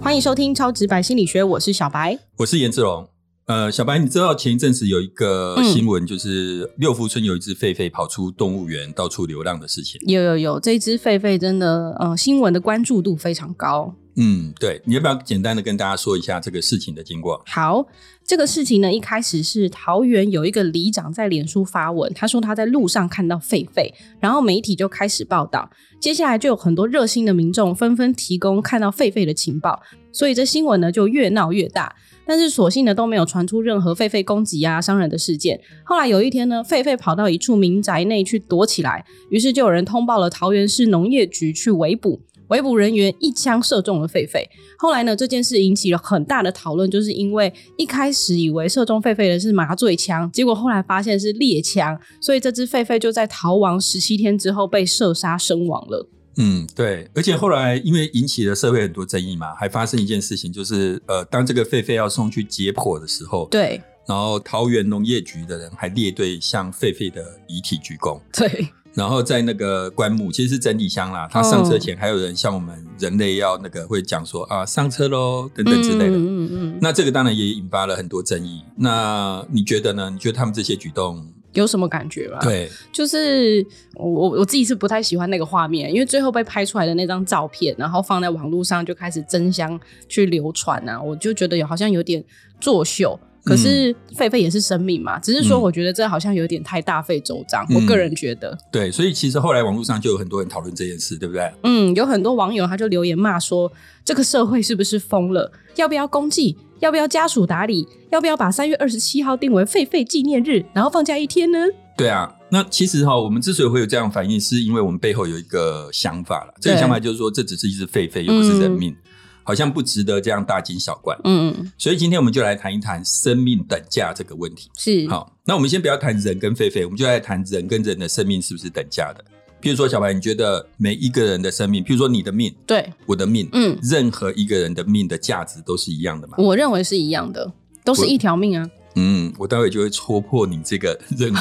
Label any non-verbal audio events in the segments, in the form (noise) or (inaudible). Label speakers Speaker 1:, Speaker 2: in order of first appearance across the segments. Speaker 1: 欢迎收听《超直白心理学》，我是小白。
Speaker 2: 我是颜志龙。呃，小白，你知道前一阵子有一个
Speaker 1: 嗯
Speaker 2: 新闻，就是六福村有一只狒狒跑出动物园到处流浪的事情。
Speaker 1: 有有有，这只狒狒真的，呃，新闻的关注度非常高。
Speaker 2: 嗯，对，你要不要简单的跟大家说一下这个事情的经过？
Speaker 1: 好，这个事情呢，一开始是桃园有一个里长在脸书发文，他说他在路上看到狒狒，然后媒体就开始报道，接下来就有很多热心的民众纷纷提供看到狒狒的情报，所以这新闻呢就越闹越大。但是所幸呢都没有传出任何狒狒攻击啊、伤人的事件。后来有一天呢，狒狒跑到一处民宅内去躲起来，于是就有人通报了桃园市农业局去围捕。围捕人员一枪射中了狒狒，后来呢，这件事引起了很大的讨论，就是因为一开始以为射中狒狒的是麻醉枪，结果后来发现是猎枪，所以这只狒狒就在逃亡十七天之后被射杀身亡了。
Speaker 2: 嗯，对，而且后来因为引起了社会很多争议嘛，还发生一件事情，就是呃，当这个狒狒要送去解剖的时候，
Speaker 1: 对
Speaker 2: 然后桃园农业局的人还列队向狒狒的遗体鞠躬，
Speaker 1: 对，
Speaker 2: 然后在那个棺木，其实是整理箱啦，他上车前还有人像我们人类要那个会讲说啊上车喽等 (laughs) 等之类的。
Speaker 1: 嗯嗯嗯，
Speaker 2: 那这个当然也引发了很多争议。那你觉得呢？你觉得他们这些举动，
Speaker 1: 有什么感觉吗？，
Speaker 2: 对，
Speaker 1: 就是我我我自己是不太喜欢那个画面，因为最后被拍出来的那张照片，然后放在网络上就开始争相去流传啊，我就觉得有好像有点作秀。可是狒狒也是生命嘛，只是说
Speaker 2: 嗯
Speaker 1: 我觉得这好像有点太大费周章，
Speaker 2: 嗯
Speaker 1: 我个人觉得。
Speaker 2: 对，所以其实后来网络上就有很多人讨论这件事，对不对？
Speaker 1: 嗯，有很多网友他就留言骂说，这个社会是不是疯了？要不要公祭？要不要家属打理？要不要把三月二十七号定为狒狒纪念日，然后放假一天呢？
Speaker 2: 对啊，那其实哈、我们之所以会有这样反应，是因为我们背后有一个想法了。这个
Speaker 1: 对
Speaker 2: 想法就是说，这只是一只狒狒，又不是人
Speaker 1: 嗯
Speaker 2: 命，好像不值得这样大惊小怪。
Speaker 1: 嗯，
Speaker 2: 所以今天我们就来谈一谈生命等价这个问题。
Speaker 1: 是，
Speaker 2: 好，那我们先不要谈人跟狒狒，我们就来谈人跟人的生命是不是等价的。譬如说，小白，你觉得每一个人的生命，譬如说你的命、
Speaker 1: 对，
Speaker 2: 我的命，
Speaker 1: 嗯，
Speaker 2: 任何一个人的命的价值都是一样的嘛？
Speaker 1: 我认为是一样的，都是一条命啊。
Speaker 2: 嗯，我待会就会戳破你这个
Speaker 1: (laughs)
Speaker 2: 认为，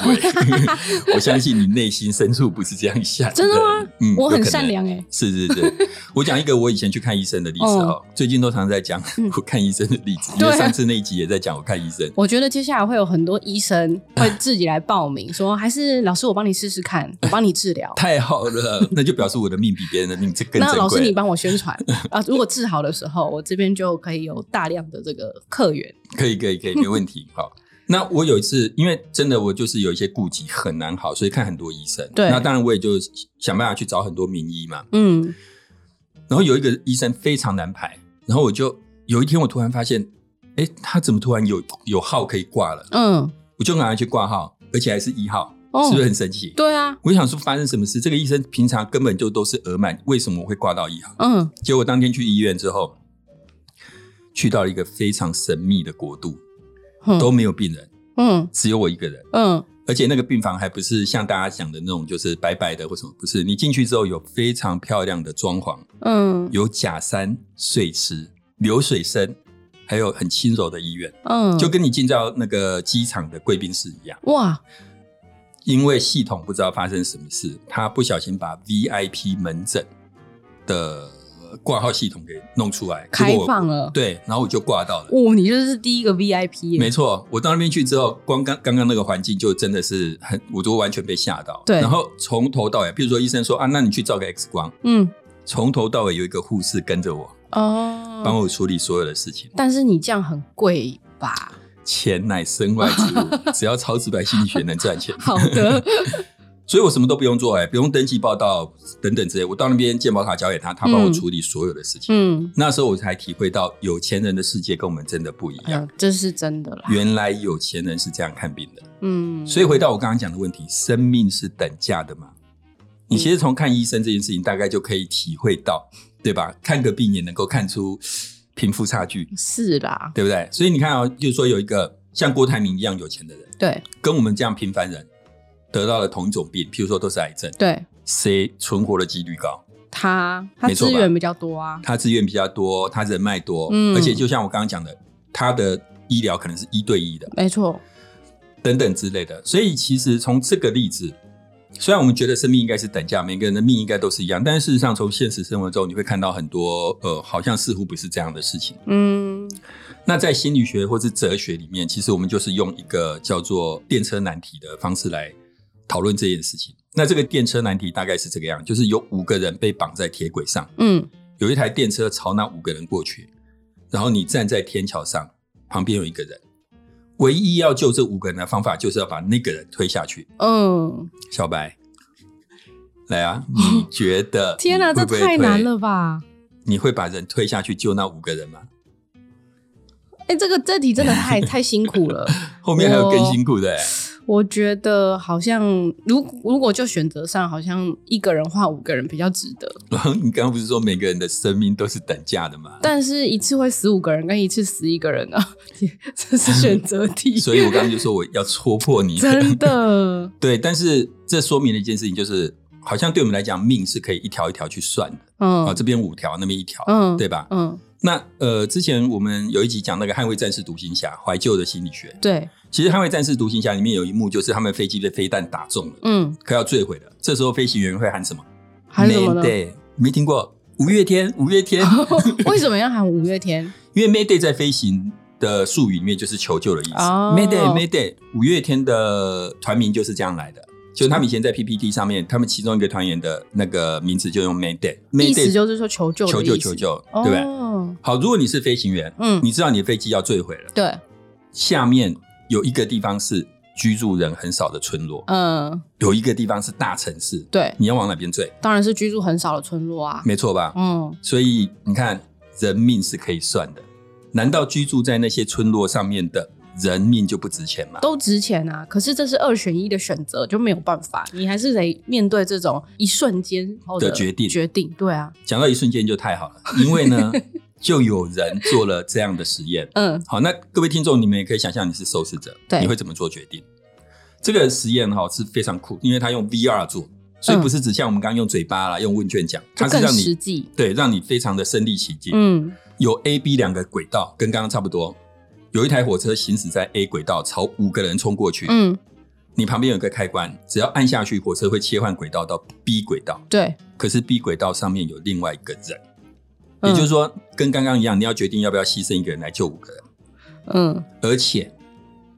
Speaker 2: 我相信你内心深处不是这样想
Speaker 1: 真的吗？
Speaker 2: 嗯，
Speaker 1: 我很
Speaker 2: 有可能
Speaker 1: 善。良哎、
Speaker 2: 是是是，我讲一个我以前去看医生的例子哦，最近都常在讲我看医生的例子，因
Speaker 1: 嗯对啊
Speaker 2: 为上次那一集也在讲我看医生。
Speaker 1: 我觉得接下来会有很多医
Speaker 2: (laughs)
Speaker 1: 生会自己来报名，说还是老师我帮你试试看，我帮你治疗。
Speaker 2: (laughs) 太好了，那就表示我的命比别人的命这更
Speaker 1: 那
Speaker 2: 珍
Speaker 1: 老师你
Speaker 2: 贵。
Speaker 1: 帮我宣
Speaker 2: (laughs)
Speaker 1: 传啊，如果治好的时候，我这边就可以有大量的这个客源。
Speaker 2: 可以可以可以，没问题。好，那我有一次，因为真的我就是有一些顾忌很难好，所以看很多医生。
Speaker 1: 对
Speaker 2: 那当然我也就想办法去找很多名医嘛。
Speaker 1: 嗯，
Speaker 2: 然后有一个医生非常难排，然后我就有一天我突然发现，哎，他怎么突然有有号可以挂了？
Speaker 1: 嗯，
Speaker 2: 我就赶快去挂号，而且还是一号，
Speaker 1: 哦
Speaker 2: 是不是很神奇？
Speaker 1: 对啊，
Speaker 2: 我想说发生什么事？这个医生平常根本就都是额满，为什么我会挂到一号？
Speaker 1: 嗯，
Speaker 2: 结果当天去医院之后，去到了一个非常神秘的国度，
Speaker 1: 哼
Speaker 2: 都没有病人，
Speaker 1: 嗯
Speaker 2: 只有我一个人。
Speaker 1: 嗯
Speaker 2: 而且那个病房还不是像大家想的那种，就是白白的或什么，不是。你进去之后有非常漂亮的装潢，
Speaker 1: 嗯
Speaker 2: 有假山、水池、流水声，还有很轻柔的医院，
Speaker 1: 嗯，
Speaker 2: 就跟你进到那个机场的贵宾室一样。
Speaker 1: 哇，
Speaker 2: 因为系统不知道发生什么事，他不小心把 VIP 门诊的挂号系统给弄出来，
Speaker 1: 开
Speaker 2: 结果我
Speaker 1: 放了
Speaker 2: 对，然后我就挂到了。
Speaker 1: 哦，你就是第一个 VIP，耶
Speaker 2: 没错，我到那边去之后，光刚刚刚那个环境就真的是很，我都完全被吓到。
Speaker 1: 对
Speaker 2: 然后从头到尾，比如说医生说啊，那你去照个 X 光，
Speaker 1: 嗯
Speaker 2: 从头到尾有一个护士跟着我，帮
Speaker 1: 哦，
Speaker 2: 我处理所有的事情，
Speaker 1: 但是你这样很贵吧？ (laughs)
Speaker 2: 钱乃身外之物，只要超直白心理学能赚钱，
Speaker 1: 好的，
Speaker 2: 所以我什么都不用做、哎，不用登记报到等等之类，我到那边健保卡交给他，他帮我处理所有的事情。
Speaker 1: 嗯，
Speaker 2: 那时候我才体会到有钱人的世界跟我们真的不一
Speaker 1: 哎
Speaker 2: 样，
Speaker 1: 呀，这是真的啦，
Speaker 2: 原来有钱人是这样看病的。
Speaker 1: 嗯，
Speaker 2: 所以回到我刚刚讲的问题，生命是等价的吗？
Speaker 1: 嗯
Speaker 2: 你其实从看医生这件事情，大概就可以体会到，对吧？看个病也能够看出贫富差距，
Speaker 1: 是啦，
Speaker 2: 对不对？所以你看啊、就是说有一个像郭台铭一样有钱的人，
Speaker 1: 对
Speaker 2: 跟我们这样平凡人得到了同一种病，譬如说都是癌症，
Speaker 1: 对，
Speaker 2: 谁存活的几率高？
Speaker 1: 他他
Speaker 2: 没错
Speaker 1: 资
Speaker 2: 吧
Speaker 1: 源比较多啊，
Speaker 2: 他资源比较多，他人脉多，
Speaker 1: 嗯
Speaker 2: 而且就像我刚刚讲的，他的医疗可能是一对一的，
Speaker 1: 没错，
Speaker 2: 等等之类的。所以其实从这个例子，虽然我们觉得生命应该是等价，每个人的命应该都是一样，但是事实上，从现实生活中你会看到很多呃，好像似乎不是这样的事情。
Speaker 1: 嗯
Speaker 2: 那在心理学或是哲学里面，其实我们就是用一个叫做电车难题的方式来讨论这件事情。那这个电车难题大概是这个样，就是有五个人被绑在铁轨上，
Speaker 1: 嗯
Speaker 2: 有一台电车朝那五个人过去，然后你站在天桥上，旁边有一个人，唯一要救这五个人的方法就是要把那个人推下去。
Speaker 1: 嗯，
Speaker 2: 小白，来啊，你觉得
Speaker 1: (laughs) 天哪，
Speaker 2: 你
Speaker 1: 这
Speaker 2: 会不会
Speaker 1: 太难
Speaker 2: 推
Speaker 1: 了吧？
Speaker 2: 你会把人推下去救那五个人吗？
Speaker 1: 哎、这个这题真的
Speaker 2: (laughs)
Speaker 1: 太太辛苦了。
Speaker 2: 后面还有更
Speaker 1: 我
Speaker 2: 辛苦的、欸。
Speaker 1: 我觉得好像，如如果就选择上，好像一个人画五个人比较值得。
Speaker 2: 然后你刚刚不是说每个人的生命都是等价的吗？
Speaker 1: 但是一次会死五个人，跟一次死一个人啊，这是选择题。，
Speaker 2: (laughs) 所以我刚刚就说我要戳破你
Speaker 1: 真
Speaker 2: (laughs)
Speaker 1: 的，
Speaker 2: 对。但是这说明了一件事情，就是好像对我们来讲，命是可以一条一条去算的啊、
Speaker 1: 嗯
Speaker 2: 这边五条，那边一条，
Speaker 1: 嗯
Speaker 2: 对吧？
Speaker 1: 嗯，
Speaker 2: 那呃，之前我们有一集讲那个《捍卫战士独行侠》怀旧的心理学，
Speaker 1: 对，
Speaker 2: 其实《捍卫战士独行侠》里面有一幕就是他们飞机被飞弹打中了，
Speaker 1: 嗯，
Speaker 2: 快要坠毁了。这时候飞行员会喊什么？
Speaker 1: 还有什么呢？哦
Speaker 2: Mayday，没听过？五月天，五月天，
Speaker 1: (laughs) 为什么要喊五月天？
Speaker 2: (laughs) 因为 Mayday 在飞行的术语里面就是求救的意思。
Speaker 1: 哦
Speaker 2: Mayday，Mayday，五月天的团名就是这样来的。就是他们以前在 PPT 上面，他们其中一个团员的那个名字就用 Mayday，
Speaker 1: 意思
Speaker 2: Mayday
Speaker 1: 就是说求救的
Speaker 2: 求救
Speaker 1: 意思
Speaker 2: 求救，对
Speaker 1: 哦，
Speaker 2: 不对？好，如果你是飞行员，
Speaker 1: 嗯，
Speaker 2: 你知道你的飞机要坠毁了，
Speaker 1: 对，
Speaker 2: 下面有一个地方是居住人很少的村落，
Speaker 1: 嗯，
Speaker 2: 有一个地方是大城市，
Speaker 1: 对，
Speaker 2: 你要往哪边坠？
Speaker 1: 当然是居住很少的村落啊。
Speaker 2: 没错吧？
Speaker 1: 嗯，
Speaker 2: 所以你看，人命是可以算的。难道居住在那些村落上面的人命就不值钱吗？
Speaker 1: 都值钱啊，可是这是二选一的选择，就没有办法，你还是得面对这种一瞬间后
Speaker 2: 的决定
Speaker 1: 决定，对啊，
Speaker 2: 讲到一瞬间就太好了，因为
Speaker 1: (laughs)
Speaker 2: 呢，就有人做了这样的实验。
Speaker 1: 嗯
Speaker 2: 好，那各位听众，你们也可以想象你是受试者，
Speaker 1: 对
Speaker 2: 你会怎么做决定？这个实验哈、是非常酷，因为它用 VR 做，所以不是只像我们刚刚用嘴巴啦、用问卷讲，
Speaker 1: 嗯
Speaker 2: 它
Speaker 1: 就是更
Speaker 2: 让
Speaker 1: 实
Speaker 2: 你
Speaker 1: 际，
Speaker 2: 对让你非常的身临其境。
Speaker 1: 嗯
Speaker 2: 有 A、B 两个轨道，跟刚刚差不多。有一台火车行驶在 A 轨道，朝五个人冲过去。
Speaker 1: 嗯，
Speaker 2: 你旁边有个开关，只要按下去，火车会切换轨道到 B 轨道。
Speaker 1: 对，
Speaker 2: 可是 B 轨道上面有另外一个人，
Speaker 1: 嗯
Speaker 2: 也就是说，跟刚刚一样，你要决定要不要牺牲一个人来救五个人。
Speaker 1: 嗯
Speaker 2: 而且，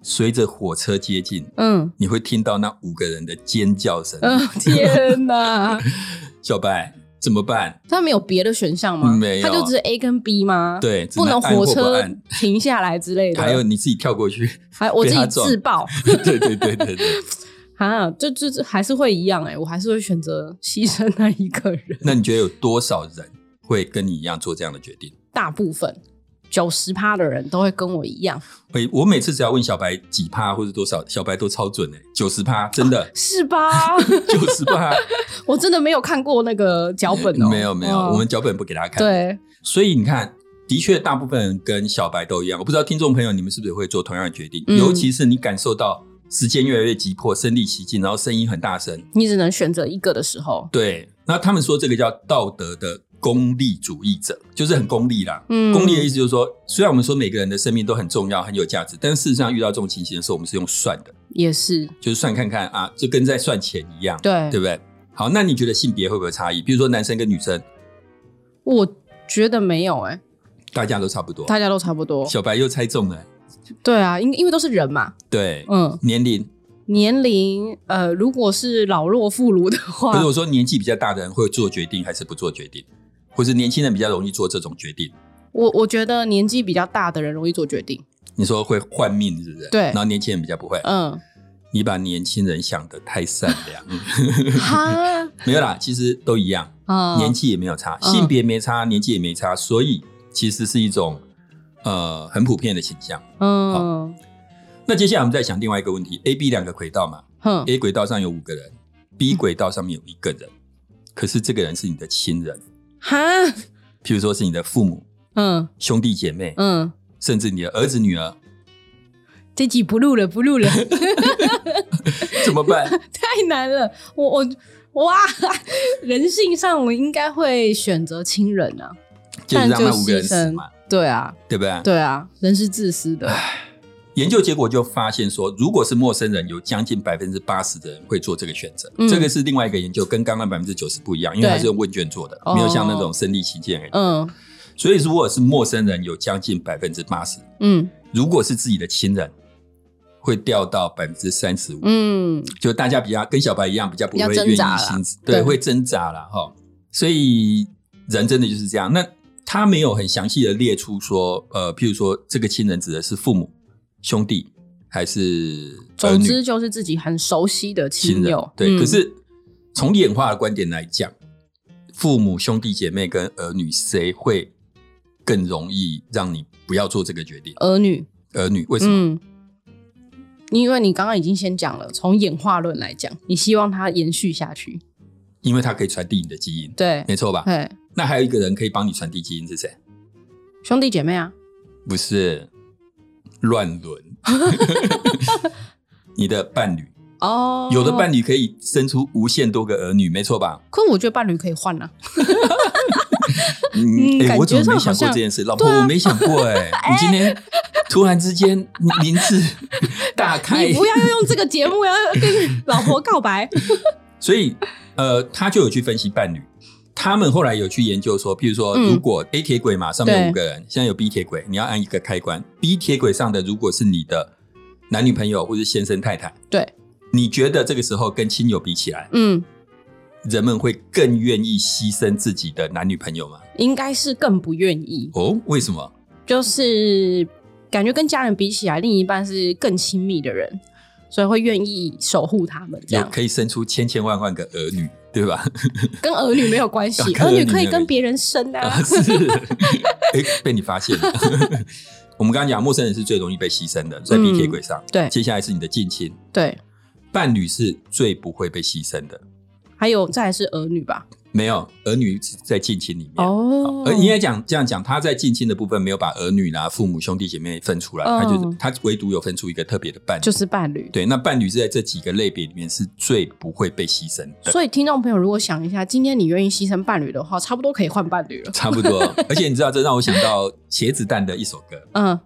Speaker 2: 随着火车接近，
Speaker 1: 嗯。
Speaker 2: 你会听到那五个人的尖叫声。
Speaker 1: 嗯， (laughs) 天
Speaker 2: (laughs)
Speaker 1: 哪！
Speaker 2: 小白怎么办？
Speaker 1: 他没有别的选项吗？
Speaker 2: 没有
Speaker 1: 他就只是 A 跟 B 吗？，
Speaker 2: 对，只
Speaker 1: 啊不能
Speaker 2: 按
Speaker 1: 火
Speaker 2: 或不
Speaker 1: 车
Speaker 2: 按
Speaker 1: 停下来之类的。
Speaker 2: 还有你自己跳过去。
Speaker 1: (laughs) 还我自
Speaker 2: 被他
Speaker 1: 己
Speaker 2: 撞
Speaker 1: 自爆
Speaker 2: 对对对对对。
Speaker 1: 啊，这这这还是会一样哎、我还是会选择牺牲那一个人。
Speaker 2: 那你觉得有多少人会跟你一样做这样的决定？
Speaker 1: 大部分九十趴的人都会跟我一样，
Speaker 2: 诶，我每次只要问小白几趴或者多少，小白都超准诶、九十趴，真
Speaker 1: (laughs)
Speaker 2: 的
Speaker 1: 是
Speaker 2: (laughs)
Speaker 1: 吧？
Speaker 2: 九十趴，
Speaker 1: 我真的没有看过那个脚本哦，
Speaker 2: 没有没有，
Speaker 1: 嗯
Speaker 2: 我们脚本不给大家看。，
Speaker 1: 对，
Speaker 2: 所以你看，的确大部分人跟小白都一样。我不知道听众朋友你们是不是也会做同样的决定，
Speaker 1: 嗯
Speaker 2: 尤其是你感受到时间越来越急迫，身临其境，然后声音很大声。
Speaker 1: 你只能选择一个的时候，
Speaker 2: 对，那他们说这个叫道德的功利主义者，就是很功利啦。
Speaker 1: 嗯
Speaker 2: 功利的意思就是说，虽然我们说每个人的生命都很重要、很有价值，但事实上遇到这种情形的时候，我们是用算的，
Speaker 1: 也是
Speaker 2: 就是算看看啊，就跟在算钱一样，
Speaker 1: 对。
Speaker 2: 对不对？好，那你觉得性别会不会有差异？比如说男生跟女生，
Speaker 1: 我觉得没有哎、
Speaker 2: 大家都差不多。
Speaker 1: 大家都差不多。
Speaker 2: 小白又猜中了，
Speaker 1: 对啊，因因为都是人嘛，
Speaker 2: 对，
Speaker 1: 嗯，
Speaker 2: 年龄
Speaker 1: 年龄呃，如果是老弱妇孺的
Speaker 2: 不是
Speaker 1: 话，
Speaker 2: 我说年纪比较大的人会做决定还是不做决定，或是年轻人比较容易做这种决定？
Speaker 1: 我我觉得年纪比较大的人容易做决定。
Speaker 2: 你说会换命是不是？
Speaker 1: 对
Speaker 2: 然后年轻人比较不会。
Speaker 1: 嗯，
Speaker 2: (laughs) 你把年轻人想得太善良，
Speaker 1: 哈，
Speaker 2: 没有啦，其实都一样，
Speaker 1: 啊、
Speaker 2: 年纪也没有差，
Speaker 1: 嗯
Speaker 2: 性别没差，年纪也没差，所以其实是一种呃很普遍的倾向。
Speaker 1: 嗯，
Speaker 2: 那接下来我们再想另外一个问题：A、B 两个轨道嘛
Speaker 1: 哼，
Speaker 2: ，A 轨道上有五个人，B
Speaker 1: 嗯
Speaker 2: 轨道上面有一个人，可是这个人是你的亲人，
Speaker 1: 哈，
Speaker 2: 譬如说是你的父母、
Speaker 1: 嗯
Speaker 2: 兄弟姐妹，
Speaker 1: 嗯，
Speaker 2: 甚至你的儿子女儿，
Speaker 1: 这集不录了，不
Speaker 2: (laughs)
Speaker 1: 录了，
Speaker 2: 怎
Speaker 1: (laughs)
Speaker 2: 么办？
Speaker 1: 太难了。我我哇， (laughs) 人性上我应该会选择亲人啊，
Speaker 2: 就是让
Speaker 1: 但
Speaker 2: 那
Speaker 1: 就
Speaker 2: 五个人
Speaker 1: 牺
Speaker 2: 死
Speaker 1: 牲
Speaker 2: 嘛，
Speaker 1: 对啊，
Speaker 2: 对不对？
Speaker 1: 对啊，人是自私的，
Speaker 2: 研究结果就发现说，如果是陌生人，有将近百分之八十的人会做这个选择。
Speaker 1: 嗯
Speaker 2: 这个是另外一个研究，跟刚刚百分之九十不一样，因为
Speaker 1: 对
Speaker 2: 它是用问卷做的，
Speaker 1: 哦
Speaker 2: 没有像那种身临其境而已。
Speaker 1: 嗯
Speaker 2: 所以如果是陌生人，有将近百分之八十；
Speaker 1: 嗯
Speaker 2: 如果是自己的亲人，会掉到百分之三十五。
Speaker 1: 嗯，
Speaker 2: 就大家比较跟小白一样，比较不会
Speaker 1: 比较
Speaker 2: 愿
Speaker 1: 挣
Speaker 2: 意
Speaker 1: 扎啦
Speaker 2: 薪资，
Speaker 1: 对
Speaker 2: 对，会挣扎了哈。所以人真的就是这样。那他没有很详细的列出说，呃，譬如说这个亲人指的是父母、兄弟还是儿
Speaker 1: 总
Speaker 2: 女
Speaker 1: 之就是自己很熟悉的
Speaker 2: 亲
Speaker 1: 亲
Speaker 2: 人
Speaker 1: 友，，
Speaker 2: 对。
Speaker 1: 嗯
Speaker 2: 可是从演化的观点来讲，父母、兄弟姐妹跟儿女谁会更容易让你不要做这个决定？
Speaker 1: 儿女，
Speaker 2: 儿女为什么？
Speaker 1: 嗯，因为你刚刚已经先讲了，从演化论来讲，你希望它延续下去，
Speaker 2: 因为他可以传递你的基因，
Speaker 1: 对，
Speaker 2: 没错吧？
Speaker 1: 对，
Speaker 2: 那还有一个人可以帮你传递基因是谁？
Speaker 1: 兄弟姐妹啊，
Speaker 2: 不是
Speaker 1: (laughs)
Speaker 2: 乱伦， (laughs) 你的伴侣，
Speaker 1: 哦，
Speaker 2: 有的伴侣可以生出无限多个儿女，没错吧？
Speaker 1: 可我觉得伴侣可以换啊，
Speaker 2: 嗯，
Speaker 1: 嗯
Speaker 2: 哎、
Speaker 1: 感
Speaker 2: 我怎
Speaker 1: 觉
Speaker 2: 么
Speaker 1: 上
Speaker 2: 没
Speaker 1: 好
Speaker 2: 想过
Speaker 1: 像
Speaker 2: 这件事？老婆，
Speaker 1: 对啊
Speaker 2: 我没想过哎、
Speaker 1: (laughs)
Speaker 2: 你今天突然之间您是大开，
Speaker 1: 你不要用这个节目要跟老婆告
Speaker 2: (laughs)
Speaker 1: 白，
Speaker 2: 所以呃，他就有去分析伴侣。他们后来有去研究说，譬如说，
Speaker 1: 嗯
Speaker 2: 如果 A 铁轨嘛，上面有
Speaker 1: 对
Speaker 2: 五个人，现在有 B 铁轨，你要按一个开关。B 铁轨上的如果是你的男女朋友或是先生太太，
Speaker 1: 对，
Speaker 2: 你觉得这个时候跟亲友比起来，
Speaker 1: 嗯，
Speaker 2: 人们会更愿意牺牲自己的男女朋友吗？
Speaker 1: 应该是更不愿意，
Speaker 2: 哦，为什么？
Speaker 1: 就是感觉跟家人比起来，另一半是更亲密的人，所以会愿意守护他们这
Speaker 2: 有
Speaker 1: 样。
Speaker 2: 可以生出千千万万个儿女，对吧？
Speaker 1: 跟儿女没有关
Speaker 2: (laughs)
Speaker 1: 系，
Speaker 2: 跟
Speaker 1: 儿
Speaker 2: 儿女
Speaker 1: 女可以
Speaker 2: 没有
Speaker 1: 跟别人生啊
Speaker 2: (laughs) 啊，。是，哎、被你发现了。 (laughs) 我们刚刚讲，陌生人是最容易被牺牲的，在地铁轨上。
Speaker 1: 对
Speaker 2: 接下来是你的近亲，
Speaker 1: 对，
Speaker 2: 伴侣是最不会被牺牲的。
Speaker 1: 还有再来是儿女吧。
Speaker 2: 没有，儿女是在近亲里面。
Speaker 1: 哦
Speaker 2: 呃，应该讲这样讲，他在近亲的部分没有把儿女啦、父母、兄弟姐妹分出来，他就
Speaker 1: 嗯
Speaker 2: 是他唯独有分出一个特别的伴侣，
Speaker 1: 就是伴侣。
Speaker 2: 对，那伴侣是在这几个类别里面是最不会被牺牲的，
Speaker 1: 所以听众朋友，如果想一下，今天你愿意牺牲伴侣的话，差不多可以换伴侣了。
Speaker 2: 差不多。而且你知道，这让我想到茄子蛋的一首歌，
Speaker 1: 嗯，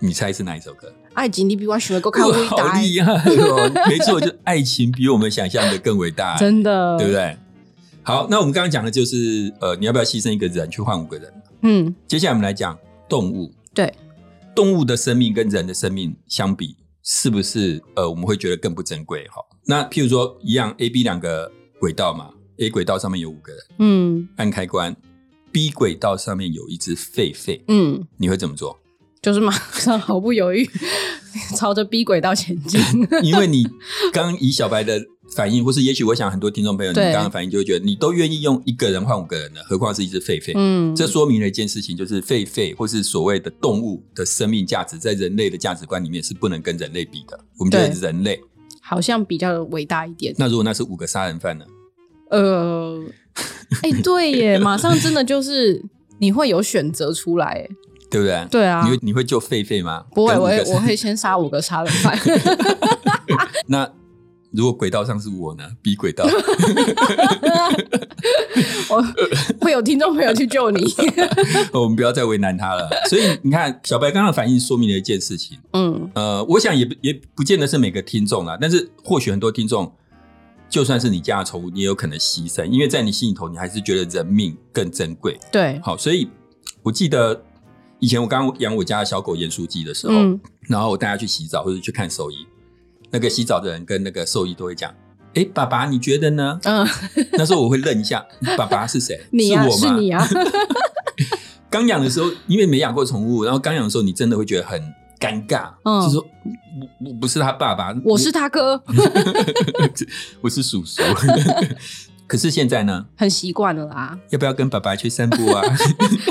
Speaker 2: 你猜是哪一首歌？
Speaker 1: 爱情你比我想的够看
Speaker 2: 哇
Speaker 1: 伟
Speaker 2: 好
Speaker 1: 大，
Speaker 2: 厉害哦！没错，就爱情比我们想象的更伟大，
Speaker 1: 真的，
Speaker 2: 对不？对？好，那我们刚刚讲的就是，呃，你要不要牺牲一个人去换五个人？
Speaker 1: 嗯，
Speaker 2: 接下来我们来讲动物，
Speaker 1: 对，
Speaker 2: 动物的生命跟人的生命相比，是不是呃我们会觉得更不珍贵？哈，那譬如说一样 A、B 两个轨道嘛，A 轨道上面有五个人。
Speaker 1: 嗯
Speaker 2: 按开关，B 轨道上面有一只狒狒，
Speaker 1: 嗯，
Speaker 2: 你会怎么做？
Speaker 1: 就是马上毫不犹豫 (laughs) 朝着 B 轨道前进。
Speaker 2: 因为你刚以小白的反应，或是也许我想很多听众朋友，你
Speaker 1: 对
Speaker 2: 刚刚的反应就会觉得，你都愿意用一个人换五个人了，何况是一只狒狒？
Speaker 1: (laughs) 嗯，
Speaker 2: (laughs) 这说明了一件事情，就是狒狒或是所谓的动物的生命价值，在人类的价值观里面是不能跟人类比的。我们觉得
Speaker 1: 对
Speaker 2: 人类，
Speaker 1: 好像比较伟大一点。
Speaker 2: 那如果那是五个杀人犯呢？
Speaker 1: 呃，哎、对
Speaker 2: (laughs)
Speaker 1: 耶，马上真的就是你会有选择出来耶。
Speaker 2: 对不对？
Speaker 1: 对啊
Speaker 2: 你会你会救狒狒吗？
Speaker 1: 不会，
Speaker 2: 跟五
Speaker 1: 我
Speaker 2: 个
Speaker 1: 会
Speaker 2: 杀
Speaker 1: 我会先杀五个杀人犯。
Speaker 2: (laughs) 那如果轨道上是我呢？B 轨道。
Speaker 1: 我会有听众朋友去救你。 (laughs)
Speaker 2: (laughs) 哦我们不要再为难他了。所以你看，小白刚刚的反应说明了一件事情，
Speaker 1: 嗯，
Speaker 2: 呃，我想也不也不见得是每个听众啦，但是或许很多听众，就算是你家的宠物，你也有可能牺牲，因为在你心里头，你还是觉得人命更珍贵。
Speaker 1: 对，
Speaker 2: 好，所以我记得以前我刚养我家的小狗盐酥鸡的时候，
Speaker 1: 嗯，
Speaker 2: 然后我带它去洗澡或者去看兽医，那个洗澡的人跟那个兽医都会讲。哎，爸爸，你觉得呢？
Speaker 1: 嗯，
Speaker 2: 那时候我会愣一下，爸爸是谁？
Speaker 1: (laughs) 你啊，
Speaker 2: 是我吗？
Speaker 1: 是你
Speaker 2: (laughs)
Speaker 1: 啊，
Speaker 2: 刚养的时候，因为没养过宠物，然后刚养的时候，你真的会觉得很尴尬，
Speaker 1: 嗯
Speaker 2: 就是说我我不是他爸爸，
Speaker 1: 我是他哥， (laughs)
Speaker 2: (laughs) 我是叔叔。 (laughs) 可是现在呢，
Speaker 1: 很习惯了啦，
Speaker 2: 要不要跟爸爸去散步啊？
Speaker 1: (laughs)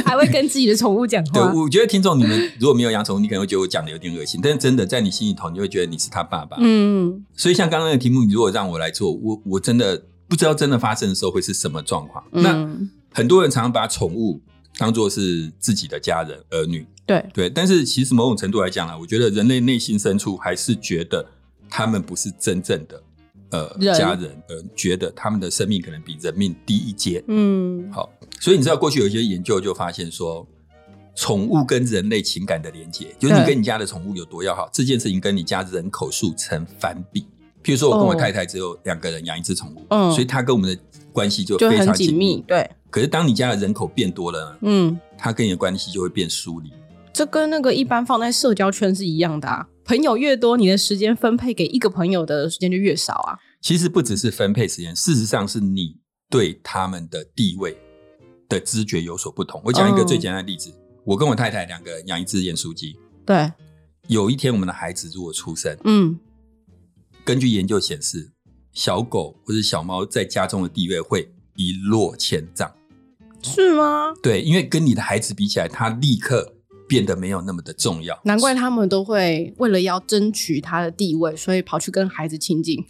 Speaker 1: 还会跟自己的宠物讲
Speaker 2: 对，
Speaker 1: 话。
Speaker 2: 我觉得听众你们如果没有养宠物，你可能会觉得我讲的有点恶心，但是真的在你心里头，你会觉得你是他爸爸。
Speaker 1: 嗯，
Speaker 2: 所以像刚刚的题目，你如果让我来做，我我真的不知道真的发生的时候会是什么状况。那
Speaker 1: 嗯，
Speaker 2: 很多人常常把宠物当做是自己的家人儿女，
Speaker 1: 对，
Speaker 2: 对，但是其实某种程度来讲啊，我觉得人类内心深处还是觉得他们不是真正的呃
Speaker 1: 人
Speaker 2: 家人，呃，觉得他们的生命可能比人命低一阶。
Speaker 1: 嗯
Speaker 2: 好，所以你知道过去有一些研究就发现说，宠物跟人类情感的连接，就是你跟你家的宠物有多要好，这件事情跟你家人口数成反比。譬如说，我跟我
Speaker 1: 哦
Speaker 2: 太太只有两个人养一只宠物，
Speaker 1: 嗯
Speaker 2: 所以她跟我们的关系就
Speaker 1: 就
Speaker 2: 非
Speaker 1: 很
Speaker 2: 常
Speaker 1: 紧
Speaker 2: 紧
Speaker 1: 密，。对，
Speaker 2: 可是当你家的人口变多了呢，
Speaker 1: 嗯，
Speaker 2: 她跟你的关系就会变疏离。
Speaker 1: 这跟那个一般放在社交圈是一样的啊。朋友越多，你的时间分配给一个朋友的时间就越少啊。
Speaker 2: 其实不只是分配时间，事实上是你对他们的地位的知觉有所不同。我讲一个
Speaker 1: 嗯
Speaker 2: 最简单的例子，我跟我太太两个人养一只盐酥鸡。
Speaker 1: 对，
Speaker 2: 有一天，我们的孩子如果出生，
Speaker 1: 嗯，
Speaker 2: 根据研究显示，小狗或者小猫在家中的地位会一落千丈。
Speaker 1: 是吗？
Speaker 2: 对，因为跟你的孩子比起来，它立刻变得没有那么的重要。
Speaker 1: 难怪他们都会为了要争取他的地位，所以跑去跟孩子亲近，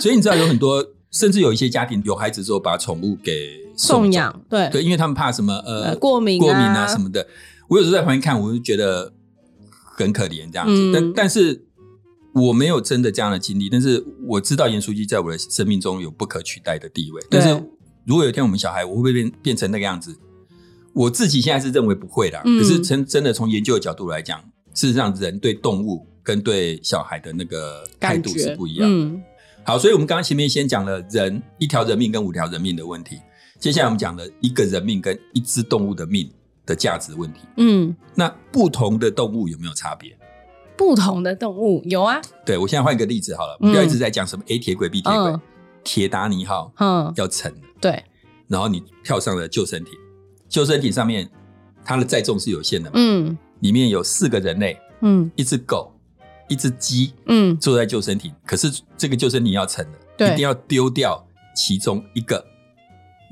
Speaker 2: 所以你知道有很多，甚至有一些家庭有孩子之后把宠物给送
Speaker 1: 送
Speaker 2: 走。
Speaker 1: 养，对，
Speaker 2: 对，因为他们怕什么
Speaker 1: 呃
Speaker 2: 呃
Speaker 1: 过敏
Speaker 2: 过敏啊什
Speaker 1: 么，
Speaker 2: 么的。我有时候在旁边看，我就觉得很可怜这样子。
Speaker 1: 嗯
Speaker 2: 但但是我没有真的这样的经历，但是我知道严书记在我的生命中有不可取代的地位。
Speaker 1: 对
Speaker 2: 但是如果有一天我们小孩，我会不会变变成那个样子？我自己现在是认为不会啦。
Speaker 1: 嗯
Speaker 2: 可是真真的从研究的角度来讲，事实上人对动物跟对小孩的那个态
Speaker 1: 感
Speaker 2: 度是
Speaker 1: 觉
Speaker 2: 不一样的。
Speaker 1: 嗯，
Speaker 2: 好，所以我们刚刚前面先讲了人一条人命跟五条人命的问题，接下来我们讲了一个人命跟一只动物的命的价值问题。
Speaker 1: 嗯，
Speaker 2: 那不同的动物有没有差别？
Speaker 1: 不同的动物有啊，
Speaker 2: 对我现在换一个例子好了，我们不要一直在讲什么 A 铁轨 B 铁轨
Speaker 1: 嗯，
Speaker 2: 铁达尼号
Speaker 1: 嗯，
Speaker 2: 要沉了，
Speaker 1: 对，
Speaker 2: 然后你跳上了救生艇，救生艇上面它的载重是有限的嘛，
Speaker 1: 嗯
Speaker 2: 里面有四个人类，
Speaker 1: 嗯
Speaker 2: 一只狗，一只鸡
Speaker 1: 嗯，
Speaker 2: 坐在救生艇，可是这个救生艇要沉了，
Speaker 1: 对
Speaker 2: 一定要丢掉其中一个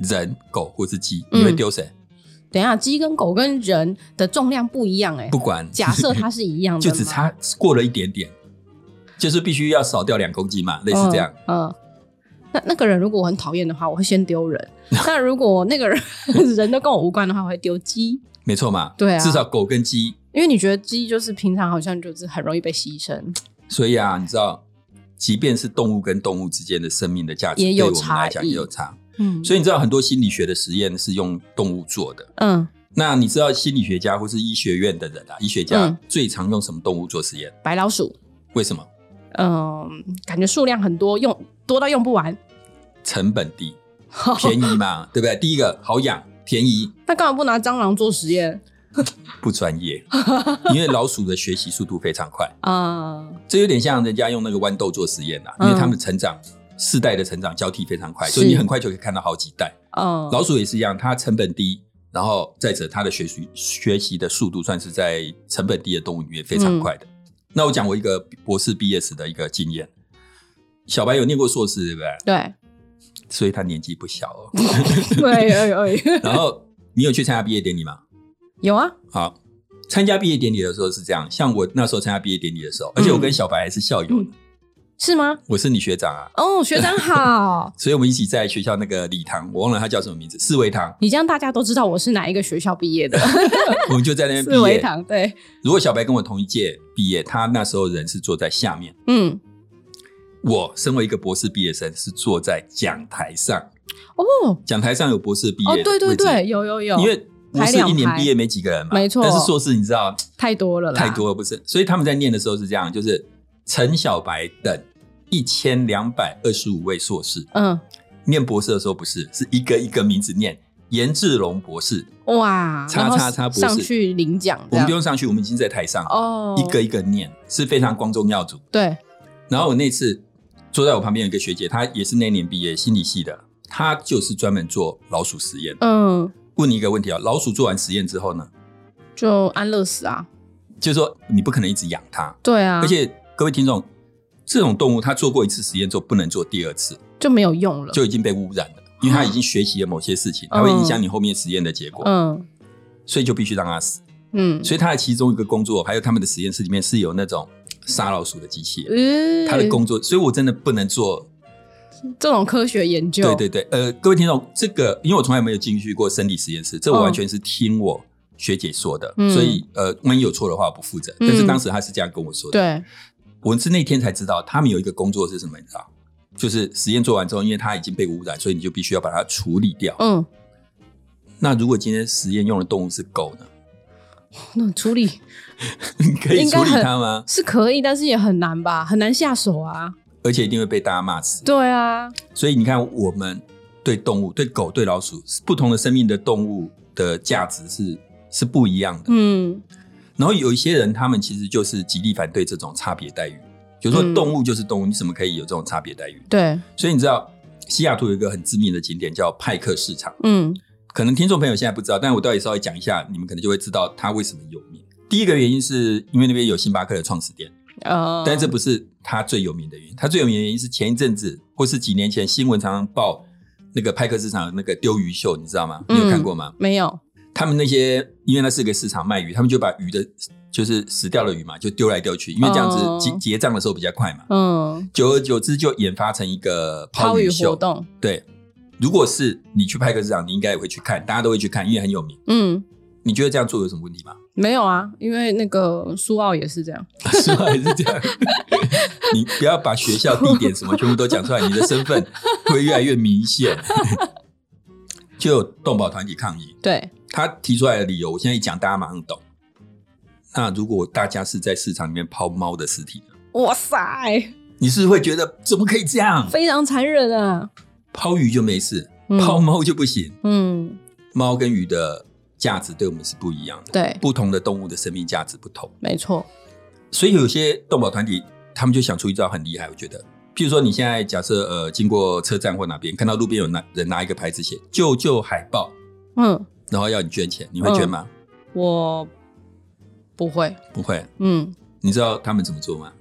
Speaker 2: 人、狗或是鸡，
Speaker 1: 嗯
Speaker 2: 你会丢谁？
Speaker 1: 等一下，鸡跟狗跟人的重量不一样哎、
Speaker 2: 不管，
Speaker 1: 假设它是一样的，
Speaker 2: 就只差过了一点点，就是必须要少掉两公斤嘛，类似这样。
Speaker 1: 嗯。嗯那那个人如果我很讨厌的话，我会先丢
Speaker 2: (laughs)
Speaker 1: 人。那如果那个人 (laughs) 人都跟我无关的话，我会丢鸡，
Speaker 2: 没错嘛，
Speaker 1: 对啊
Speaker 2: 至少狗跟鸡，
Speaker 1: 因为你觉得鸡就是平常好像就是很容易被牺牲，
Speaker 2: 所以啊，你知道，即便是动物跟动物之间的生命的价值，
Speaker 1: 也
Speaker 2: 对
Speaker 1: 有
Speaker 2: 我们来
Speaker 1: 差
Speaker 2: 讲
Speaker 1: 异
Speaker 2: 也有差。
Speaker 1: 嗯，
Speaker 2: 所以你知道，很多心理学的实验是用动物做的。
Speaker 1: 嗯，
Speaker 2: 那你知道心理学家或是医学院的人啊，医学家
Speaker 1: 嗯
Speaker 2: 最常用什么动物做实验？
Speaker 1: 白老鼠，
Speaker 2: 为什么？
Speaker 1: 嗯，感觉数量很多，用多到用不完，
Speaker 2: 成本低，便宜嘛，对不对？第一个好养，便宜，
Speaker 1: 那干嘛不拿蟑螂做实验
Speaker 2: 不专业，因为老鼠的学习速度非常快，
Speaker 1: 啊？
Speaker 2: 这有点像人家用那个豌豆做实验啦，啊因为它们成长世代的成长交替非常快，
Speaker 1: 是
Speaker 2: 所以你很快就可以看到好几代。
Speaker 1: 嗯，
Speaker 2: 老鼠也是一样，它成本低，然后再者它的学习学习的速度算是在成本低的动物里面非常快的。那我讲我一个博士毕业时的一个经验，小白有念过硕士对不对？
Speaker 1: 对，
Speaker 2: 所以他年纪不小哦。 (laughs)
Speaker 1: 对，哎哎，
Speaker 2: 然后你有去参加毕业典礼吗？
Speaker 1: (laughs) 有啊，
Speaker 2: 好，参加毕业典礼的时候是这样，像我那时候参加毕业典礼的时候，而且我
Speaker 1: 嗯
Speaker 2: 跟小白还是校友呢，
Speaker 1: 是吗？
Speaker 2: 我是你学长啊，
Speaker 1: 哦，学长
Speaker 2: (laughs)
Speaker 1: 好，
Speaker 2: 所以我们一起在学校那个礼堂，我忘了他叫什么名字，四维堂，
Speaker 1: 你这样大家都知道我是哪一个学校毕
Speaker 2: (laughs)
Speaker 1: 业的， (laughs)
Speaker 2: 我们就在那边
Speaker 1: 四
Speaker 2: 毕
Speaker 1: 维
Speaker 2: 业。
Speaker 1: 堂，对，
Speaker 2: 如果小白跟我同一届毕业，他那时候人是坐在下面，
Speaker 1: 嗯，
Speaker 2: 我身为一个博士毕业生是坐在讲台上，
Speaker 1: 哦，
Speaker 2: 讲台上有博士毕
Speaker 1: 哦
Speaker 2: 业，的
Speaker 1: 对对
Speaker 2: 位置
Speaker 1: 对，，有有有，
Speaker 2: 因为。博士一
Speaker 1: 排两
Speaker 2: 年
Speaker 1: 排
Speaker 2: 毕业没几个人嘛，
Speaker 1: 没错
Speaker 2: 但是硕士你知道
Speaker 1: 太多了啦，
Speaker 2: 太多了，不是？所以他们在念的时候是这样，就是陈小白等一千两百二十五位硕士，
Speaker 1: 嗯，
Speaker 2: 念博士的时候不是，是一个一个名字念。严志龙博士，
Speaker 1: 哇，
Speaker 2: 叉
Speaker 1: 啊然后
Speaker 2: 叉叉博士
Speaker 1: 上去领奖，
Speaker 2: 我们不用上去，我们已经在台上，
Speaker 1: 哦，
Speaker 2: 一个一个念，是非常光宗耀祖。
Speaker 1: 对，
Speaker 2: 然后我那次坐在我旁边有一个学姐，她也是那年毕业心理系的，她就是专门做老鼠实验。
Speaker 1: 嗯，
Speaker 2: 问你一个问题啊，老鼠做完实验之后呢，
Speaker 1: 就安乐死啊，
Speaker 2: 就是说你不可能一直养它，
Speaker 1: 对啊，
Speaker 2: 而且各位听众，这种动物它做过一次实验之后不能做第二次，
Speaker 1: 就没有用了，
Speaker 2: 就已经被污染了，因为它已经学习了某些事情，它会影响你后面实验的结果，
Speaker 1: 嗯
Speaker 2: 所以就必须让它死。
Speaker 1: 嗯，
Speaker 2: 所以它的其中一个工作，还有他们的实验室里面是有那种杀老鼠的机器，
Speaker 1: 呃
Speaker 2: 它的工作，所以我真的不能做。
Speaker 1: 这种科学研究，
Speaker 2: 对对对，呃，各位听众，这个因为我从来没有进去过生理实验室，这我
Speaker 1: 嗯
Speaker 2: 完全是听我学姐说的，
Speaker 1: 嗯
Speaker 2: 所以呃，万一有错的话我不负责。但是当时她是这样跟我说的，
Speaker 1: 对，
Speaker 2: 我是那天才知道，他们有一个工作是什么，你知道？就是实验做完之后，因为它已经被污染，所以你就必须要把它处理掉。
Speaker 1: 嗯，
Speaker 2: 那如果今天实验用的动物是狗呢？ (laughs)
Speaker 1: 那处理
Speaker 2: 你可以
Speaker 1: 应该
Speaker 2: 处理
Speaker 1: 很
Speaker 2: 它吗？
Speaker 1: 是可以，但是也很难吧，很难下手啊。
Speaker 2: 而且一定会被大家骂死。
Speaker 1: 对啊，
Speaker 2: 所以你看，我们对动物、对狗、对老鼠，不同的生命的动物的价值是是不一样的。
Speaker 1: 嗯
Speaker 2: 然后有一些人，他们其实就是极力反对这种差别待遇，就是说
Speaker 1: 嗯
Speaker 2: 动物就是动物，你怎么可以有这种差别待遇？
Speaker 1: 对，
Speaker 2: 所以你知道，西雅图有一个很知名的景点叫派克市场，
Speaker 1: 嗯
Speaker 2: 可能听众朋友现在不知道，但我到底稍微讲一下，你们可能就会知道它为什么有名。第一个原因是因为那边有星巴克的创始店，
Speaker 1: 呃，
Speaker 2: 但这不是它最有名的原因。它最有名的原因是前一阵子或是几年前新闻常常报那个派克市场的那个丢鱼秀，你知道吗？
Speaker 1: 嗯
Speaker 2: 你有看过吗？
Speaker 1: 没有，
Speaker 2: 他们那些因为那是个市场卖鱼，他们就把鱼的，就是死掉的鱼嘛，就丢来丢去，因为这样子
Speaker 1: 哦
Speaker 2: 结结账的时候比较快嘛。
Speaker 1: 嗯，
Speaker 2: 久而久之就研发成一个抛
Speaker 1: 抛
Speaker 2: 鱼
Speaker 1: 鱼
Speaker 2: 秀
Speaker 1: 活。动，
Speaker 2: 对，如果是你去派克市场，你应该也会去看，大家都会去看，因为很有名。
Speaker 1: 嗯，
Speaker 2: 你觉得这样做有什么问题吗？ (laughs)
Speaker 1: 没有啊，因为那个苏澳也是这样，
Speaker 2: 是吗？还是这样？ (laughs) 你不要把学校、地点什么全部都讲出来，你的身份会越来越明显。 (laughs) 就有动保团体抗议，
Speaker 1: 对，
Speaker 2: 他提出来的理由，我现在一讲，大家马上懂。那如果大家是在市场里面抛猫的尸体呢，
Speaker 1: 哇塞，
Speaker 2: 你是不是会觉得怎么可以这样？
Speaker 1: 非常残忍啊，
Speaker 2: 抛鱼就没事，
Speaker 1: 嗯
Speaker 2: 抛猫就不行。
Speaker 1: 嗯，
Speaker 2: 猫跟鱼的价值对我们是不一样的，
Speaker 1: 对，
Speaker 2: 不同的动物的生命价值不同。
Speaker 1: 没错，
Speaker 2: 所以有些动保团体他们就想出一招很厉害，我觉得，譬如说你现在假设呃经过车站或哪边看到路边有拿人拿一个牌子写“救救海豹
Speaker 1: 嗯，”，
Speaker 2: 然后要你捐钱，你会捐吗？
Speaker 1: 我不会，
Speaker 2: 不会。
Speaker 1: 嗯，
Speaker 2: 你知道他们怎么做吗？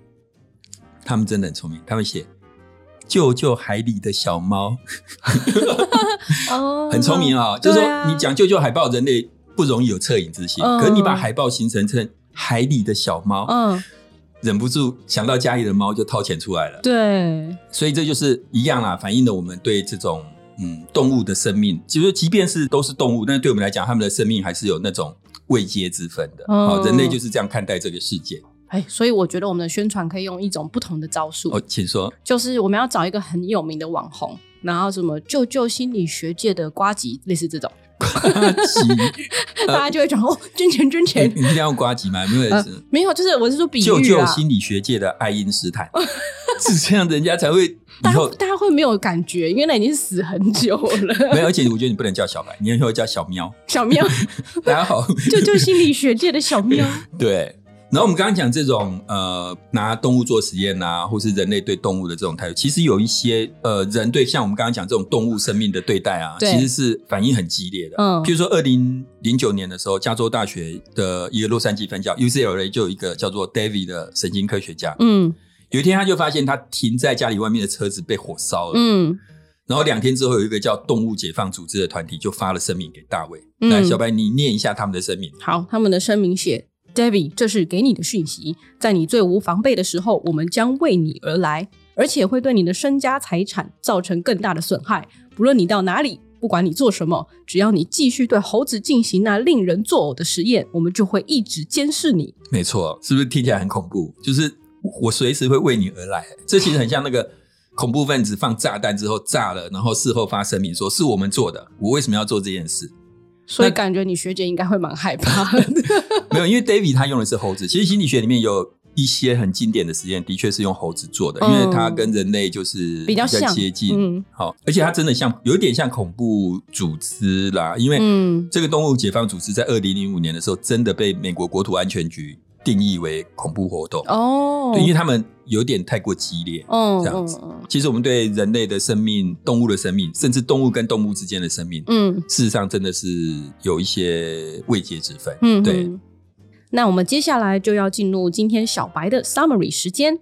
Speaker 2: 他们真的很聪明，他们写“救救海里的小猫
Speaker 1: 哦”，
Speaker 2: (laughs) 很聪明
Speaker 1: 啊，
Speaker 2: 啊、就是
Speaker 1: 对
Speaker 2: 说
Speaker 1: 啊
Speaker 2: 你讲“救救海豹”，人类不容易有恻隐之心，
Speaker 1: 嗯
Speaker 2: 可是你把海豹形成成海里的小猫，
Speaker 1: 嗯，
Speaker 2: 忍不住想到家里的猫就掏钱出来了。
Speaker 1: 对，
Speaker 2: 所以这就是一样啦，反映了我们对这种嗯动物的生命，就是即便是都是动物，但是对我们来讲，他们的生命还是有那种未接之分的。
Speaker 1: 嗯
Speaker 2: 哦，人类就是这样看待这个世界。
Speaker 1: 哎，所以我觉得我们的宣传可以用一种不同的招数，
Speaker 2: 哦，请说。
Speaker 1: 就是我们要找一个很有名的网红，然后什么救救心理学界的瓜吉，类似这种，
Speaker 2: 瓜吉，
Speaker 1: 大家就会讲哦，捐钱捐
Speaker 2: 你
Speaker 1: 钱。
Speaker 2: (laughs) 你一定要用瓜吉吗？没有
Speaker 1: 呃，没有，就是我是说比喻啊
Speaker 2: 救救
Speaker 1: 啦
Speaker 2: 心理学界的爱因斯坦， (laughs) 是这样，人家才会以
Speaker 1: 大家
Speaker 2: 后
Speaker 1: 大家会没有感觉，因为那已经死很久了。
Speaker 2: 没有。而且我觉得你不能叫小白，你以后叫小喵。
Speaker 1: 小喵，
Speaker 2: 大家好，
Speaker 1: 救救心理学界的小
Speaker 2: (laughs)
Speaker 1: 喵。
Speaker 2: 对。然后我们刚刚讲这种呃拿动物做实验啊，或是人类对动物的这种态度，其实有一些呃人对像我们刚刚讲这种动物生命的对待啊，
Speaker 1: 对
Speaker 2: 其实是反应很激烈的。
Speaker 1: 嗯
Speaker 2: 譬如说二零零九年的时候，加州大学的一个洛杉矶分校 UCLA 就有一个叫做 David 的神经科学家，
Speaker 1: 嗯
Speaker 2: 有一天他就发现他停在家里外面的车子被火烧了，
Speaker 1: 嗯
Speaker 2: 然后两天之后有一个叫动物解放组织的团体就发了声明给大卫，
Speaker 1: 嗯
Speaker 2: 来小白你念一下他们的声明。
Speaker 1: 好，他们的声明写：“David，这是给你的讯息，在你最无防备的时候，我们将为你而来，而且会对你的身家财产造成更大的损害。不论你到哪里，不管你做什么，只要你继续对猴子进行那令人作呕的实验，我们就会一直监视你。
Speaker 2: 没错，是不是听起来很恐怖？就是我随时会为你而来，这其实很像那个恐怖分子放炸弹之后炸了，然后事后发声明说是我们做的，我为什么要做这件事？” (laughs)
Speaker 1: 所以
Speaker 2: 那
Speaker 1: 感觉你学姐应该会蛮害怕
Speaker 2: (laughs)
Speaker 1: 的。
Speaker 2: 没有，因为 David 他用的是猴子，其实心理学里面有。一些很经典的实验的确是用猴子做的，因为它跟人类就是
Speaker 1: 嗯比较像
Speaker 2: 接近，
Speaker 1: 嗯
Speaker 2: 好、而且它真的像有一点像恐怖组织啦，因为
Speaker 1: 嗯
Speaker 2: 这个动物解放组织在二零零五年的时候真的被美国国土安全局定义为恐怖活动，
Speaker 1: 哦，
Speaker 2: 对，因为他们有点太过激烈。
Speaker 1: 嗯
Speaker 2: 这样子
Speaker 1: 嗯
Speaker 2: 其实我们对人类的生命、动物的生命，甚至动物跟动物之间的生命，
Speaker 1: 嗯
Speaker 2: 事实上真的是有一些未解之分。
Speaker 1: 嗯，
Speaker 2: 对，
Speaker 1: 嗯。那我们接下来就要进入今天小白的 summary 时间。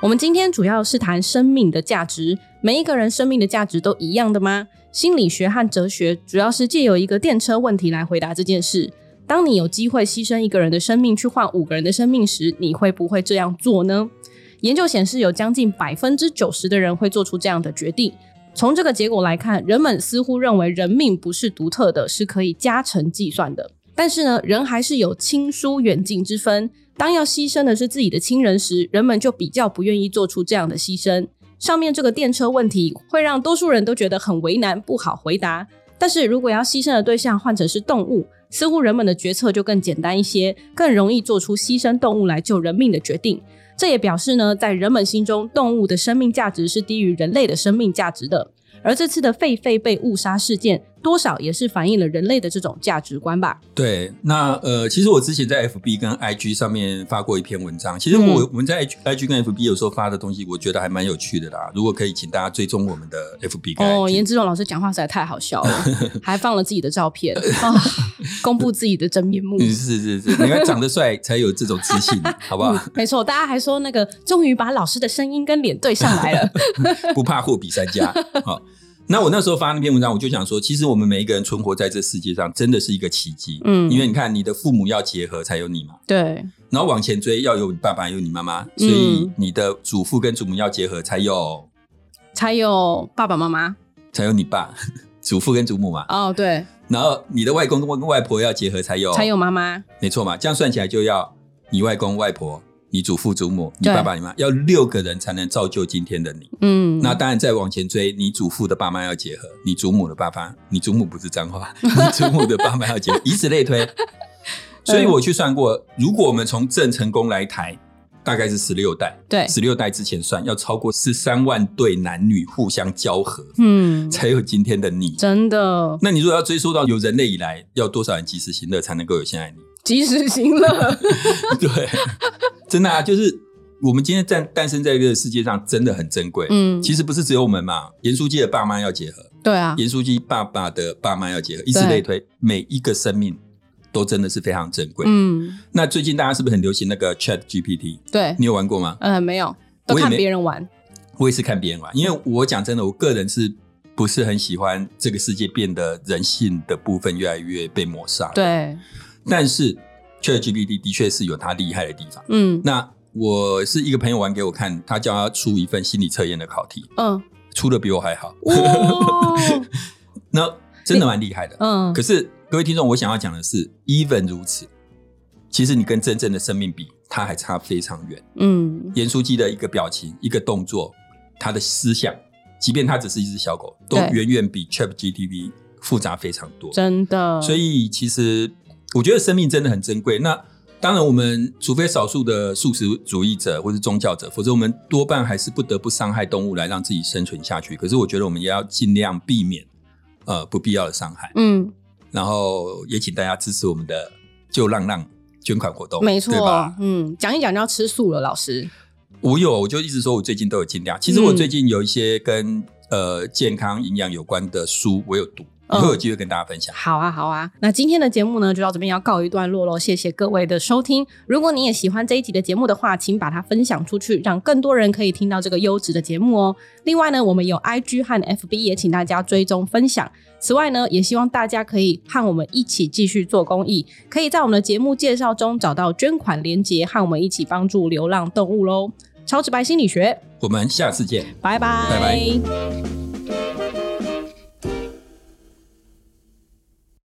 Speaker 1: 我们今天主要是谈生命的价值，每一个人生命的价值都一样的吗？心理学和哲学主要是借由一个电车问题来回答这件事。当你有机会牺牲一个人的生命去换五个人的生命时，你会不会这样做呢？研究显示，有将近百分之九十的人会做出这样的决定。从这个结果来看，人们似乎认为人命不是独特的，是可以加成计算的。但是呢，人还是有亲疏远近之分。当要牺牲的是自己的亲人时，人们就比较不愿意做出这样的牺牲。上面这个电车问题会让多数人都觉得很为难，不好回答。但是如果要牺牲的对象换成是动物，似乎人们的决策就更简单一些，更容易做出牺牲动物来救人命的决定。这也表示呢，在人们心中，动物的生命价值是低于人类的生命价值的。而这次的狒狒被误杀事件，多少也是反映了人类的这种价值观吧。
Speaker 2: 对，那呃，其实我之前在 FB 跟 IG 上面发过一篇文章。其实我、
Speaker 1: 嗯
Speaker 2: 我们在 IG, IG 跟 FB 有时候发的东西，我觉得还蛮有趣的啦。如果可以，请大家追踪我们的 FB 跟 IG。
Speaker 1: 哦，颜志勇老师讲话实在太好笑
Speaker 2: (laughs)
Speaker 1: 了，还放了自己的照片啊，公布自己的真面目。
Speaker 2: 嗯是是是，你看长得帅才有这种自
Speaker 1: (laughs)
Speaker 2: 信，好不好？
Speaker 1: 没错，大家还说那个终于把老师的声音跟脸对上来
Speaker 2: (laughs)
Speaker 1: 了。
Speaker 2: 不怕货比三家。好、那我那时候发那篇文章，我就想说，其实我们每一个人存活在这世界上，真的是一个奇迹。
Speaker 1: 嗯
Speaker 2: 因为你看，你的父母要结合才有你嘛，
Speaker 1: 对，
Speaker 2: 然后往前追要有你爸爸，有你妈妈，
Speaker 1: 嗯
Speaker 2: 所以你的祖父跟祖母要结合才有
Speaker 1: 才有爸爸妈妈。
Speaker 2: 才有你爸， (laughs) 祖父跟祖母嘛。
Speaker 1: 哦，对，
Speaker 2: 然后你的外公跟外婆要结合才有，
Speaker 1: 才有妈妈。
Speaker 2: 没错嘛。这样算起来就要你外公外婆、你祖父祖母、你
Speaker 1: 对
Speaker 2: 爸爸你妈，要六个人才能造就今天的你。
Speaker 1: 嗯，
Speaker 2: 那当然，再往前追，你祖父的爸妈要结合，你祖母的爸爸，你祖母不是脏话，你祖母的爸妈要结合，以此类推。
Speaker 1: 嗯
Speaker 2: 所以我去算过，如果我们从郑成功来台，大概是十六代，
Speaker 1: 对，
Speaker 2: 十六代之前算，要超过十三万对男女互相交合，
Speaker 1: 嗯，
Speaker 2: 才有今天的你。
Speaker 1: 真的
Speaker 2: 那你如果要追溯到有人类以来，要多少人及时行乐才能够有现在你？ (laughs)
Speaker 1: 及时行乐。
Speaker 2: 对，真的啊，就是我们今天诞诞生在这个世界上，真的很珍贵。
Speaker 1: 嗯，
Speaker 2: 其实不是只有我们嘛，严书记的爸妈要结合，
Speaker 1: 对啊，
Speaker 2: 严书记爸爸的爸妈要结合，以此类推，每一个生命都真的是非常珍贵。
Speaker 1: 嗯，
Speaker 2: 那最近大家是不是很流行那个 Chat GPT？
Speaker 1: 对，
Speaker 2: 你有玩过吗？
Speaker 1: 呃，没有，都
Speaker 2: 我也
Speaker 1: 看
Speaker 2: 没
Speaker 1: 别人玩。
Speaker 2: 我也是看别人玩，因为我讲真的，我个人是不是很喜欢这个世界变得人性的部分越来越被抹杀？， (laughs)
Speaker 1: 对，
Speaker 2: 但是 Chat GPT 的确是有它厉害的地方。
Speaker 1: 嗯
Speaker 2: 那我是一个朋友玩给我看，他叫他出一份心理测验的考题，
Speaker 1: 嗯，
Speaker 2: 出的比我还好，
Speaker 1: 哇，
Speaker 2: (laughs) 那真的蛮厉害的。
Speaker 1: 嗯
Speaker 2: 可，是各位听众，我想要讲的是，even 如此，其实你跟真正的生命比，它还差非常远。
Speaker 1: 嗯，
Speaker 2: 盐酥鸡的一个表情、一个动作，它的思想，即便它只是一只小狗，都
Speaker 1: 对
Speaker 2: 远远比 Chat GPT 复杂非常多。
Speaker 1: 真的。
Speaker 2: 所以其实我觉得生命真的很珍贵。那当然，我们除非少数的素食主义者或是宗教者，否则我们多半还是不得不伤害动物来让自己生存下去。可是我觉得我们也要尽量避免呃不必要的伤害。
Speaker 1: 嗯，
Speaker 2: 然后也请大家支持我们的就浪浪捐款活动，
Speaker 1: 没
Speaker 2: 对
Speaker 1: 错
Speaker 2: 吧？，
Speaker 1: 嗯，讲一讲就要吃素了，老师。
Speaker 2: 我有，我就一直说我最近都有尽量。其实我
Speaker 1: 嗯
Speaker 2: 最近有一些跟、呃健康营养有关的书，我有读，以
Speaker 1: 嗯
Speaker 2: 后有机会跟大家分享。
Speaker 1: 好啊，好啊。那今天的节目呢，就到这边要告一段落喽。谢谢各位的收听。如果你也喜欢这一集的节目的话，请把它分享出去，让更多人可以听到这个优质的节目哦。另外呢，我们有 IG 和 FB，也请大家追踪分享。此外呢，也希望大家可以和我们一起继续做公益，可以在我们的节目介绍中找到捐款链接，和我们一起帮助流浪动物喽。超直白心理学，
Speaker 2: 我们下次见。
Speaker 1: 拜拜
Speaker 2: 拜拜